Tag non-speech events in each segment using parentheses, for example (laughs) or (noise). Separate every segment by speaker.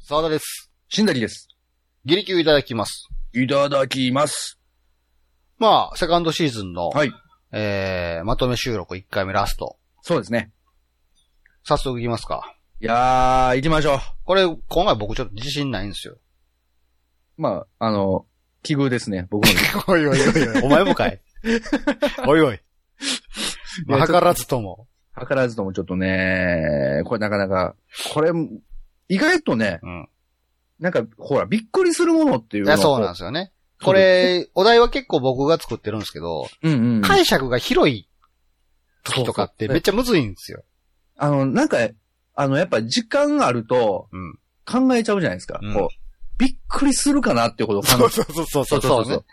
Speaker 1: 沢田です。
Speaker 2: 死んだりです。
Speaker 1: ギリキューいただきます。
Speaker 2: いただきます。
Speaker 1: まあ、セカンドシーズンの、
Speaker 2: はい。
Speaker 1: えー、まとめ収録1回目ラスト。
Speaker 2: そうですね。
Speaker 1: 早速いきますか。
Speaker 2: いやー、行きましょう。
Speaker 1: これ、今回僕ちょっと自信ないんですよ。
Speaker 2: まあ、あの、奇遇ですね、
Speaker 1: (laughs)
Speaker 2: 僕も。
Speaker 1: おいおいお (laughs) いおい。お前もかい。おいおい。まあ、図らずとも。
Speaker 2: 図らずともちょっとね、これなかなか、これ、意外とね、
Speaker 1: うん。
Speaker 2: なんか、ほら、びっくりするものっていう
Speaker 1: い
Speaker 2: の
Speaker 1: や、
Speaker 2: は
Speaker 1: そうなんですよね。こ、れ、お題は結構僕が作ってるんですけど、
Speaker 2: うんうん。
Speaker 1: 解釈が広い時とかっ
Speaker 2: そう
Speaker 1: て
Speaker 2: そう
Speaker 1: めっちゃむずいんですよ。
Speaker 2: あの、なんか、あの、やっぱ時間あると、
Speaker 1: うん。
Speaker 2: 考えちゃうじゃないですか。
Speaker 1: うん
Speaker 2: こう、びっくりするかなってことを考え
Speaker 1: そうそうそう
Speaker 2: そうそうそう。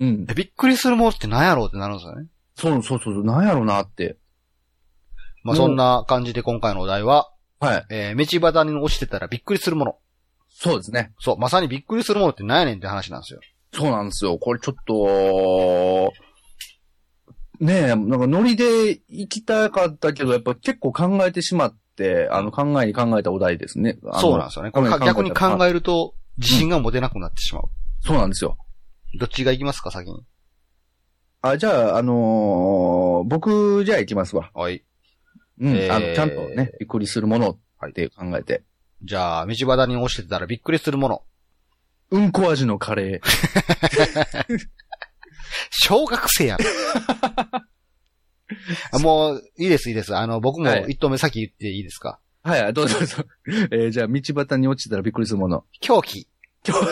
Speaker 2: うん。
Speaker 1: ねびっくりするものって何やろうってなるんですよね。
Speaker 2: そうそうそうそう、なんやろうなって。
Speaker 1: まあ、
Speaker 2: も
Speaker 1: そ
Speaker 2: う
Speaker 1: んな感じで今回のお題は、
Speaker 2: はい。
Speaker 1: えー、道端に落ちてたらびっくりするもの。
Speaker 2: そうですね。
Speaker 1: そう、まさにびっくりするものって何やねんって話なんですよ。
Speaker 2: そうなんですよ。これちょっと、ねえ、なんかノリで行きたかったけど、やっぱ結構考えてしまって、あの、考えに考えたお題ですね。あの
Speaker 1: そうなんですよね。これ
Speaker 2: ごめん
Speaker 1: 逆に
Speaker 2: 考えた
Speaker 1: 考えると、自信が持てなくなってしまう。
Speaker 2: そうなんですよ。
Speaker 1: どっちがいきますか、先に。
Speaker 2: あ、じゃあ、あのー僕、じゃあ行きますわ。
Speaker 1: はい。
Speaker 2: うん。
Speaker 1: えー
Speaker 2: あの、ちゃんとね、びっくりするものって考えて。
Speaker 1: じゃあ、道端に落ちてたらびっくりするもの。
Speaker 2: うんこ味のカレー。 (laughs)
Speaker 1: 小学生
Speaker 2: (laughs)
Speaker 1: やん。あもう、いいです、いいです。あの、僕も
Speaker 2: はい
Speaker 1: 一投目先言っていいですか。
Speaker 2: はい、どうぞどうぞ。えーじゃあ、道端に落ちたらびっくりするもの。
Speaker 1: 狂気。
Speaker 2: 今日、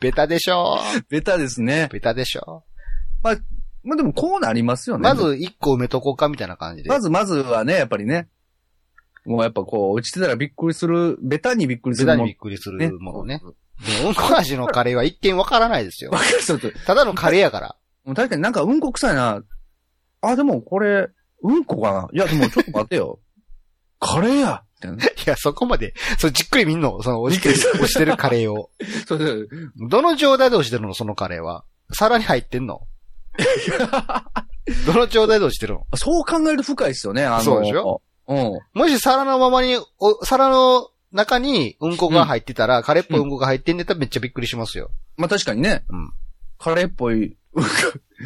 Speaker 1: ベタでしょ
Speaker 2: (laughs) ベタですね。
Speaker 1: ベタでしょ
Speaker 2: まあ、でもこうなりますよね。
Speaker 1: まず一個埋めとこうかみたいな感じで。
Speaker 2: まずまずはね、やっぱりね。もうやっぱこう、落ちてたらびっくりする、ベタにびっくりす
Speaker 1: ベ
Speaker 2: る
Speaker 1: タ
Speaker 2: も
Speaker 1: に
Speaker 2: ん
Speaker 1: びっくりするものね。
Speaker 2: そう
Speaker 1: でも (laughs) うんこ味のカレーは一見わからないですよ
Speaker 2: わ。かる人と。
Speaker 1: ただのカレーやから。
Speaker 2: もう確かになんかうんこ臭いな。あ、でもこれ、うんこかな。いや、でもちょっと待てよ。 (laughs) カレーや。みたいない
Speaker 1: や、そこまで、そう、じっくり見んの、その、落ちてる、落ちてるカレーを。
Speaker 2: そうそう。
Speaker 1: どの状態で落ちてるの、そのカレーは。皿に入ってんのどの状態で落ちてるの
Speaker 2: そう考えると深いですよね、あの。
Speaker 1: そうでしょ
Speaker 2: うん。
Speaker 1: もし皿のままに、お皿の中にうんこが入ってたら、カレーっぽいうんこが入ってんだったらめっちゃびっくりしますよ。
Speaker 2: まあ確かにね。
Speaker 1: うん
Speaker 2: カレーっぽい。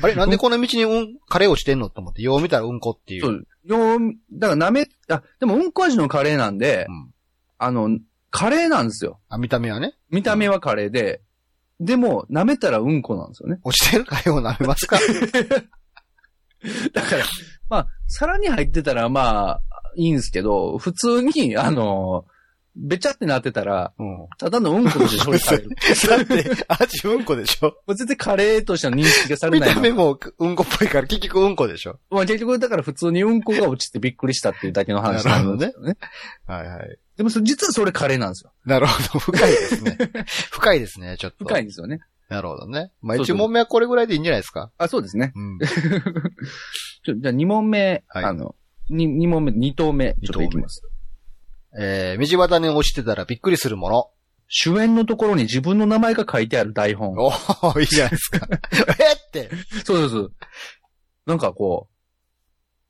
Speaker 1: あれなんでこの道にうん、カレー落ちてんのと思って、よう見たらうんこってい。
Speaker 2: そうう。よう、だから舐め、あ、でもうんこ味のカレーなんで、
Speaker 1: うん
Speaker 2: あの、カレーなんですよ。
Speaker 1: あ見た目はね。
Speaker 2: 見た目はカレーで、でも舐めたらうんこなんですよね。
Speaker 1: 落ちてるカレーを舐めますか
Speaker 2: だから、まあ、皿に入ってたら、まあ、いいんですけど、普通に、あの、べちゃってなってたら、
Speaker 1: うん。
Speaker 2: ただのうんことして処理される。
Speaker 1: (laughs) だって、味うんこでしょ
Speaker 2: もう全然カレーとしての認識がされ
Speaker 1: 見
Speaker 2: ない
Speaker 1: た
Speaker 2: の。
Speaker 1: 目もうんこっぽいから、結局うんこでしょ。
Speaker 2: まあ、結局、だから普通にうんこが落ちてびっくりしたっていうだけの話なんですよね。
Speaker 1: はいはい。
Speaker 2: でもそれ、実はそれカレーなんですよ。
Speaker 1: なるほど。深いです
Speaker 2: (laughs)
Speaker 1: ね。深いですね、ちょっと。
Speaker 2: 深いんですよね。
Speaker 1: なるほどね。まあ、
Speaker 2: そう
Speaker 1: 一
Speaker 2: そう
Speaker 1: 問目はこれぐらいでいいんじゃないですか。
Speaker 2: あ、そうですね。
Speaker 1: うん。
Speaker 2: ちょじゃあ2問目、
Speaker 1: はい
Speaker 2: あの、に2問目、2投目、ちょっといきます。
Speaker 1: えー、道端に落ちてたらびっくりするもの。
Speaker 2: 主演のところに自分の名前が書いてある台本。
Speaker 1: おー、いいじゃないです
Speaker 2: (laughs)
Speaker 1: か。えって。
Speaker 2: そうそうそう。なんかこう、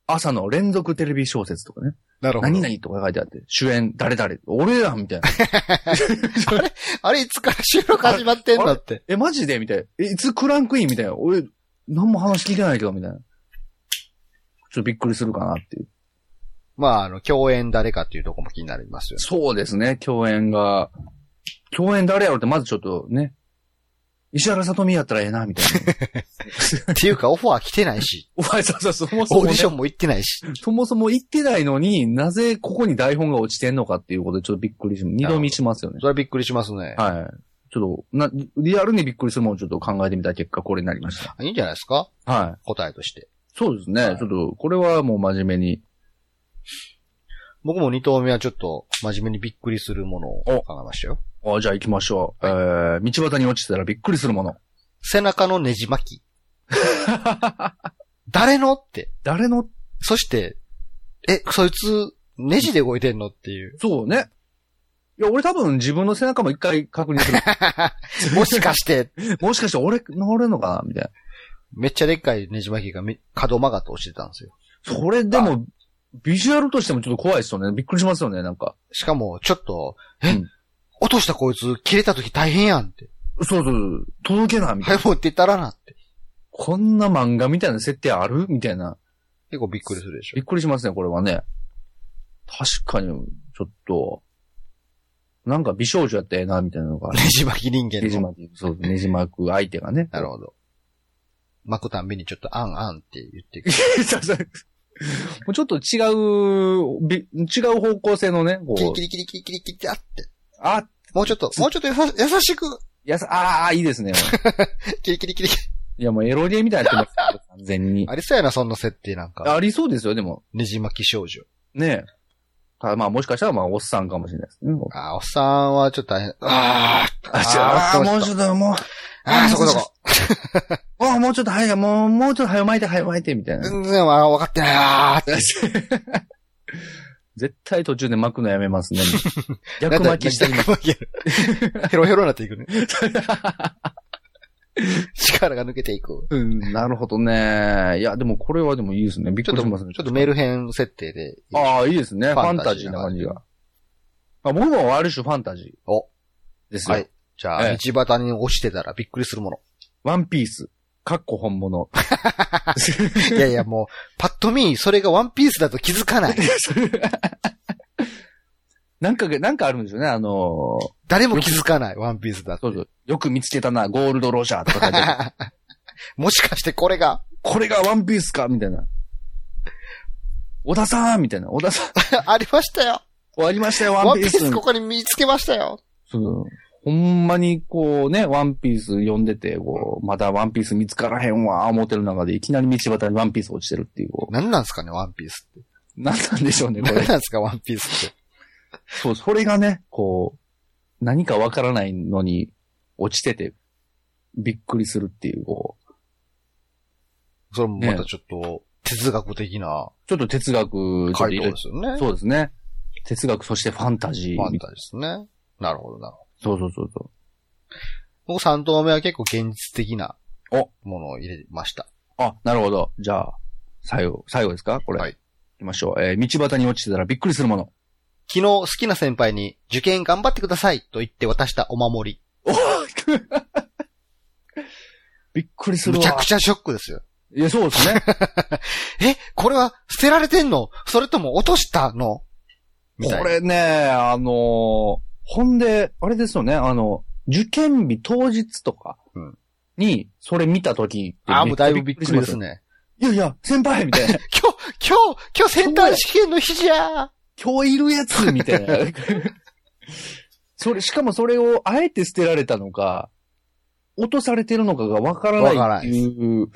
Speaker 2: 朝の連続テレビ小説とかね。
Speaker 1: なるほ
Speaker 2: 何
Speaker 1: ど。
Speaker 2: 々とか書いてあって、主演誰々、俺やんみたいな。
Speaker 1: あれ、いつから収録始まってんの
Speaker 2: (laughs) あ
Speaker 1: って。
Speaker 2: (laughs) え、マジでみたいな。え、いつクランクインみたいな。俺、何も話聞いてないけど、みたいな。ちょっとびっくりするかなっていう。
Speaker 1: まあ、あの、共演誰かっていうとこも気になります
Speaker 2: (laughs)
Speaker 1: よね。
Speaker 2: そうですね、共演が。共演誰やろって、まずちょっとね。石原さとみやったらええな、みたいな。
Speaker 1: っていうか、オファー来てないし、
Speaker 2: (laughs) お前、そうそう、そもそ
Speaker 1: オー
Speaker 2: も、
Speaker 1: ディ
Speaker 2: ね、
Speaker 1: ションも行ってないし。
Speaker 2: そもそも行ってないのに、なぜここに台本が落ちてんのかっていうことで、ちょっとびっくりし、二度見しますよね。
Speaker 1: それはびっくりしますね。
Speaker 2: はい。ちょっと、な、リアルにびっくりするものをちょっと考えてみた結果、これになりました。
Speaker 1: いいんじゃないですか
Speaker 2: はい。
Speaker 1: 答えとして。
Speaker 2: そうですね。
Speaker 1: はい
Speaker 2: ちょっと、これはもう真面目に。
Speaker 1: 僕も二投目はちょっと真面目にびっくりするものを考えましたよ。
Speaker 2: あじゃあ行きましょう。えー、道端に落ちてたらびっくりするもの。
Speaker 1: 背中のねじ巻き。 (laughs) 誰のって。
Speaker 2: 誰の、
Speaker 1: そして、え、そいつ、ネジで動いてんのって
Speaker 2: (laughs)
Speaker 1: いう。
Speaker 2: そうね。いや、俺多分自分の背中も一回確認す (laughs) る。
Speaker 1: もしかして、
Speaker 2: もしかして俺、乗るのかなみたいな。
Speaker 1: めっちゃでっかいネジ巻きがめ角曲がって落ちてたんですよ。
Speaker 2: それでも、ビジュアルとしてもちょっと怖いですよね。びっくりしますよね、なんか。
Speaker 1: しかも、ちょっと、え、
Speaker 2: うん
Speaker 1: 落ととしたこいつ、切れた時大変やんって。
Speaker 2: そうそう、届けないみた
Speaker 1: 早
Speaker 2: いな。
Speaker 1: く持っていったらなって。
Speaker 2: こんな漫画みたいな設定あるみたいな。
Speaker 1: 結構びっくりするでしょ
Speaker 2: びっ。くりしますね、これはね。確かに、ちょっと、なんか美少女やったらええな、みたいなのが。
Speaker 1: ねじ巻き人間
Speaker 2: ねじ
Speaker 1: の。
Speaker 2: まく、そう、ねじまく相手がね。
Speaker 1: なるほど。巻くたんびにちょっとあんあんって言ってくる。
Speaker 2: (laughs) そうそうもうちょっと違う、び違う方向性のね、こ
Speaker 1: キリ
Speaker 2: う
Speaker 1: キ、リキリキリキリキリあって。
Speaker 2: あ、
Speaker 1: もうちょっと、もうちょっとやさ優しく、
Speaker 2: やさ、ああ、いいですね。
Speaker 1: キリキリキリ。
Speaker 2: いや、もうエロゲーみたいになってますよ、 (laughs) 完全に。
Speaker 1: ありそうやな、そんな設定なんか。
Speaker 2: ありそうですよ、でも。
Speaker 1: ねじ巻き少女。
Speaker 2: ねえ。ただまあ、もしかしたら、まあ、おっさんかもしれないですね。
Speaker 1: あー、おっさんはちょっと大変。あーあー
Speaker 2: あー
Speaker 1: もうちょっと。
Speaker 2: ょっと、もう、
Speaker 1: あーそこそこ。
Speaker 2: ああ、もうちょっと早い、もう、もうちょっと早巻いて、早巻いて、みたいな。
Speaker 1: 全然わ分かってないなーって。
Speaker 2: 絶対途中で巻くのや
Speaker 1: (laughs)
Speaker 2: めますね。逆
Speaker 1: 逆
Speaker 2: 巻きしてみま
Speaker 1: 逆巻きやる。ヘロヘロになっていくね。力が抜けていく。
Speaker 2: うん、なるほどね。いや、でもこれはでもいいですね。びっ
Speaker 1: ち
Speaker 2: く
Speaker 1: ょっ
Speaker 2: り
Speaker 1: と、
Speaker 2: しますね。
Speaker 1: ちょっとメール編設定で。
Speaker 2: ああ、いいですね。
Speaker 1: フ
Speaker 2: フ
Speaker 1: ァ
Speaker 2: ァ
Speaker 1: ン
Speaker 2: ン
Speaker 1: タ
Speaker 2: タ
Speaker 1: ジ
Speaker 2: ジ
Speaker 1: ー
Speaker 2: ー
Speaker 1: な
Speaker 2: な
Speaker 1: 感
Speaker 2: 感
Speaker 1: じ
Speaker 2: じ
Speaker 1: が
Speaker 2: が。あ僕もある種ファンタジー。
Speaker 1: お
Speaker 2: ですよ。
Speaker 1: はい。じゃあ、
Speaker 2: ええ
Speaker 1: 道端に落ちてたらびっくりするもの。
Speaker 2: ワンピース。かっこ
Speaker 1: (laughs)
Speaker 2: 本物。
Speaker 1: いやいや、もう、パッと見、それがワンピースだと気づかない。
Speaker 2: なんか、なんかあるんですよね。あのー
Speaker 1: 誰も気づかない、ワンピースだと。 (laughs)
Speaker 2: そうそう。よく見つけたな、ゴールドロジャーとか書いてある
Speaker 1: もしかしてこれが、 (laughs)
Speaker 2: これがワンピースかみたいな。小田さんみたいな。小田さん、
Speaker 1: ありましたよ。
Speaker 2: 終わりましたよ、
Speaker 1: ワ
Speaker 2: ワ
Speaker 1: ン
Speaker 2: ン
Speaker 1: ピ
Speaker 2: ピ
Speaker 1: ー
Speaker 2: ー
Speaker 1: ス
Speaker 2: ス。
Speaker 1: ここに見つけましたよ。
Speaker 2: そうほんまにこうね、ワンピース読んでて、こう、まだワンピース見つからへんわ、思ってる中で、いきなり道端にワンピース落ちてるっていう、こ
Speaker 1: 何なんすかね、ワンピースって。
Speaker 2: う、なんなんでしょうね、こ
Speaker 1: 何
Speaker 2: (laughs) れ。
Speaker 1: なんすか、ワンピースって。
Speaker 2: そう、それがね、こう、何かわからないのに、落ちてて、びっくりするっていう、こう、
Speaker 1: それもまたちょっと、哲学的な
Speaker 2: ちょっと哲学、ちょっと
Speaker 1: 回
Speaker 2: い
Speaker 1: 答
Speaker 2: ろい
Speaker 1: で
Speaker 2: ろ
Speaker 1: すよね。
Speaker 2: そうですね。哲学、そしてファンタジー。
Speaker 1: ワンタですね。なるほど、なるほど。
Speaker 2: そうそうそうそう。
Speaker 1: 僕3投目は結構現実的な
Speaker 2: お
Speaker 1: ものを入れました。
Speaker 2: あ、なるほど。じゃあ、最後、最後ですかこれ。
Speaker 1: はい。
Speaker 2: 行きましょう。えー道端に落ちてたらびっくりするもの。
Speaker 1: 昨日好きな先輩に受験頑張ってくださいと言って渡したお守り。
Speaker 2: (laughs) びっくりする
Speaker 1: む
Speaker 2: わ。
Speaker 1: ちゃくちゃショックですよ。
Speaker 2: いや、そうですね。
Speaker 1: え、これは捨てられてんのそれとも落としたの (laughs) みたい
Speaker 2: こ
Speaker 1: な。
Speaker 2: れね、あのーほんで、あれですよね、あの、受験日当日とか
Speaker 1: うん
Speaker 2: に、それ見たとき、
Speaker 1: ああ、もうだいぶびっくりします
Speaker 2: ね。
Speaker 1: ね。
Speaker 2: いやいや、先輩みた
Speaker 1: (laughs)
Speaker 2: いな。
Speaker 1: 今日、今日、今日センター試験の日じゃー
Speaker 2: 今日いるやつみた
Speaker 1: (laughs)
Speaker 2: いな。それ、しかもそれをあえて捨てられたのか、落とされてるのかがわから
Speaker 1: わから
Speaker 2: な
Speaker 1: ないい
Speaker 2: っていう、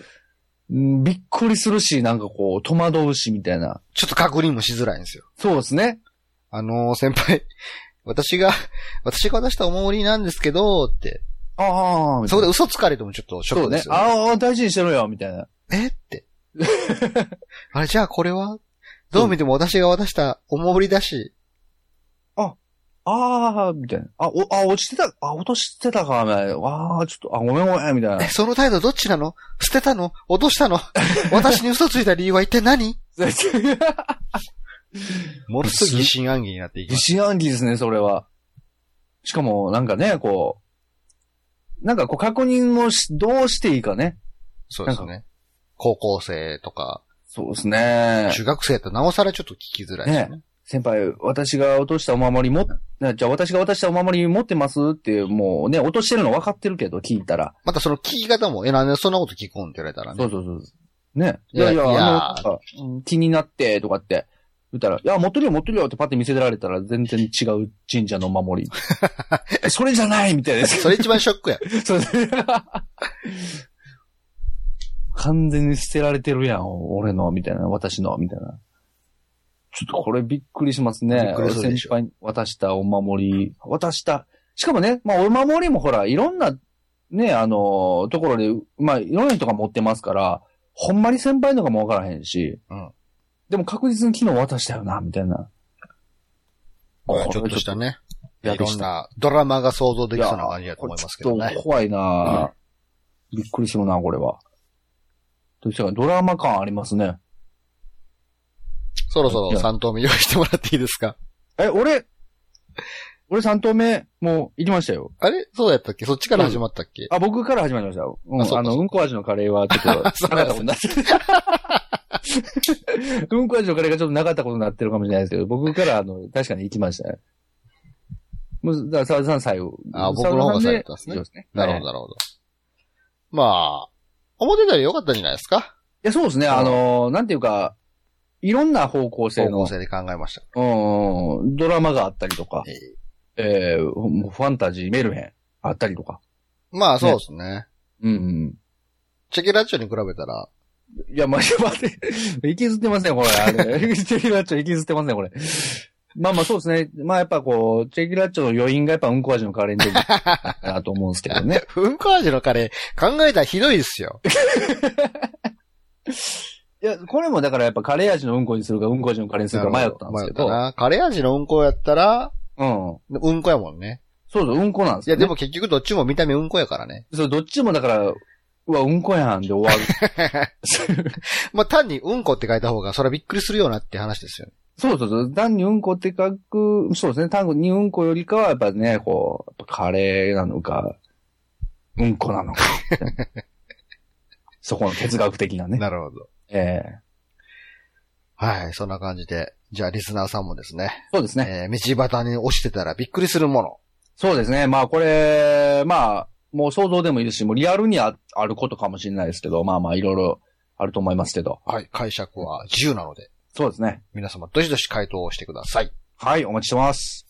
Speaker 2: うんびっくりするし、なんかこう、戸惑うしみたいな。
Speaker 1: ちょっと確認もしづらいんですよ。
Speaker 2: そうですね。
Speaker 1: あのー、先輩、 (laughs) 私が、私が渡したお守りなんですけど、って。
Speaker 2: ああ、みた
Speaker 1: そ
Speaker 2: い
Speaker 1: こ
Speaker 2: な
Speaker 1: で嘘つかれてもちょっとショッ
Speaker 2: そ
Speaker 1: ク
Speaker 2: う
Speaker 1: で
Speaker 2: ね
Speaker 1: す。よ、ね。
Speaker 2: ああ、大事にしてろよ、みたいな。
Speaker 1: えって。 (laughs) あれ、じゃあこれはどう見ても私が渡したお守りだし、
Speaker 2: ああ、みたいな。あ、お、あ、落ちてた、あ、落としてたか、みたいな。ああ、ちょっと、あ、ごめんごめん、 (laughs) みたい
Speaker 1: え、その態度どっちなの捨てたの落とした (laughs) の私に嘘ついた理由は一体何
Speaker 2: な。
Speaker 1: ものすごい疑心暗鬼になっていき
Speaker 2: 疑
Speaker 1: ます。
Speaker 2: 心暗鬼ですね、それは。しかも、なんかね、こう、なんかこう、確認をし、どうしていいかね。
Speaker 1: そうですね。高校生とか、
Speaker 2: そうですね。
Speaker 1: 中学生となおさらちょっと聞きづらいですよね。
Speaker 2: 先輩、私が落としたお守りも、なじゃあ私が渡したお守り持ってますって、もうね、落としてるの分かってるけど、聞いたら。
Speaker 1: またその聞き方も、え、なんでそんなこと聞こんって言われたらね
Speaker 2: そ。うそうそう。ね。
Speaker 1: い
Speaker 2: い
Speaker 1: や
Speaker 2: やい
Speaker 1: い
Speaker 2: や、
Speaker 1: や
Speaker 2: あのなんか、うん気になって、とかって、言ったら、いや、持ってるよ、持ってるよってパッて見せられたら、全然違う神社のお守り。 (laughs) えそれじゃないみたい
Speaker 1: (laughs)
Speaker 2: な。
Speaker 1: それ一番ショッ
Speaker 2: (laughs)
Speaker 1: クや。
Speaker 2: そうですね完全に捨てられてるやん、俺の、みたいな、私の、みたいな。ちょっとこれびっくりしますね。
Speaker 1: びっくりするでし
Speaker 2: 先輩に渡したお守り、渡した。しかもね、まあお守りもほら、いろんな、ね、あのーところで、まあいろんな人が持ってますから、ほんまに先輩のかもわからへんし、
Speaker 1: うん
Speaker 2: でも確実に昨日渡したよな、みたいな。
Speaker 1: ちょっとしたね。
Speaker 2: いや
Speaker 1: い
Speaker 2: で
Speaker 1: ろ
Speaker 2: し
Speaker 1: ん
Speaker 2: た
Speaker 1: なドラマが想像できそうな感じだと思いますけど
Speaker 2: いやこれ
Speaker 1: ね
Speaker 2: ちょっ。と怖いな、ぁびっくりするな、これは。というか、ドラマ感ありますね。
Speaker 1: そろそろ3投目用意してもらっていいですか
Speaker 2: え、俺、俺3投目、もう行きましたよ。
Speaker 1: あれそうやったっけそっちから始まったっけ、
Speaker 2: あ、僕から始まりました。うん、
Speaker 1: あ
Speaker 2: あ
Speaker 1: そうか
Speaker 2: の、うんこ味のカレーはちょっと (laughs)
Speaker 1: そう
Speaker 2: なかったことになってる。うんこ味のカレーがちょっとなかったことになってるかもしれないですけど、僕から、あの、確かに行きましたね。もう、だから、沢田さん最後。
Speaker 1: あ僕の方が最後だったんですね
Speaker 2: そうですね。
Speaker 1: なるほ
Speaker 2: はい
Speaker 1: ど、なるほど。まあ、思ってたより良かったんじゃないですか
Speaker 2: いや、そうですね。
Speaker 1: うん
Speaker 2: あのー、なんていうか、いろんな方向性
Speaker 1: 方
Speaker 2: の
Speaker 1: 向、性で考えました。
Speaker 2: うんうん、ドラマがあったりとか
Speaker 1: え、
Speaker 2: えーファンタジー、メルヘン、あったりとか。
Speaker 1: まあ、そうですね。
Speaker 2: うん、
Speaker 1: チェケラッチョに比べたら、
Speaker 2: うん。いや、まあ、待って、 (laughs) 引きずってますね、これ。あれ (laughs) チェキラッチョ引きずってますね、これ。まあまあ、そうですね。まあ、やっぱこう、チェキラッチョの余韻がやっぱうんこ味のカレー
Speaker 1: (laughs)
Speaker 2: に出てるかなと思うんですけどね。
Speaker 1: うんこ味のカレー、考えたらひどいですよ。
Speaker 2: いや、これもだからやっぱカレー味のうんこにするか、うんこ味のカレーにするか迷ったんですけど。
Speaker 1: 迷ったなカレー味のうんこやったら、
Speaker 2: うん。
Speaker 1: うんこやもんね。
Speaker 2: そうそう、うんこなんです
Speaker 1: い
Speaker 2: よ、
Speaker 1: や、
Speaker 2: ね。
Speaker 1: でも結局どっちも見た目うんこやからね。
Speaker 2: そう、どっちもだから、うわ、うんこやんで終わる。
Speaker 1: まあ、単にうんこって書いた方が、それはびっくりするよなって話ですよね。
Speaker 2: そうそうそう。単にうんこって書く、そうですね。単にうんこよりかは、やっぱね、こう、やっぱカレーなのか、うんこなのか。 (laughs) そこの哲学的なね。
Speaker 1: なるほど。
Speaker 2: え
Speaker 1: はい、そんな感じで。じゃあ、リスナーさんもですね
Speaker 2: え、そうですね。
Speaker 1: えー道端に落ちてたらびっくりするもの。
Speaker 2: そうですね。まあこれ、まあ、もう想像でもいいですし、もうリアルにああることかもしれないですけど、まあまあいろいろあると思いますけど。
Speaker 1: はい、解釈は自由なので、
Speaker 2: そうですね。
Speaker 1: 皆様どしどし回答をしてください。
Speaker 2: はい、お待ちしてます。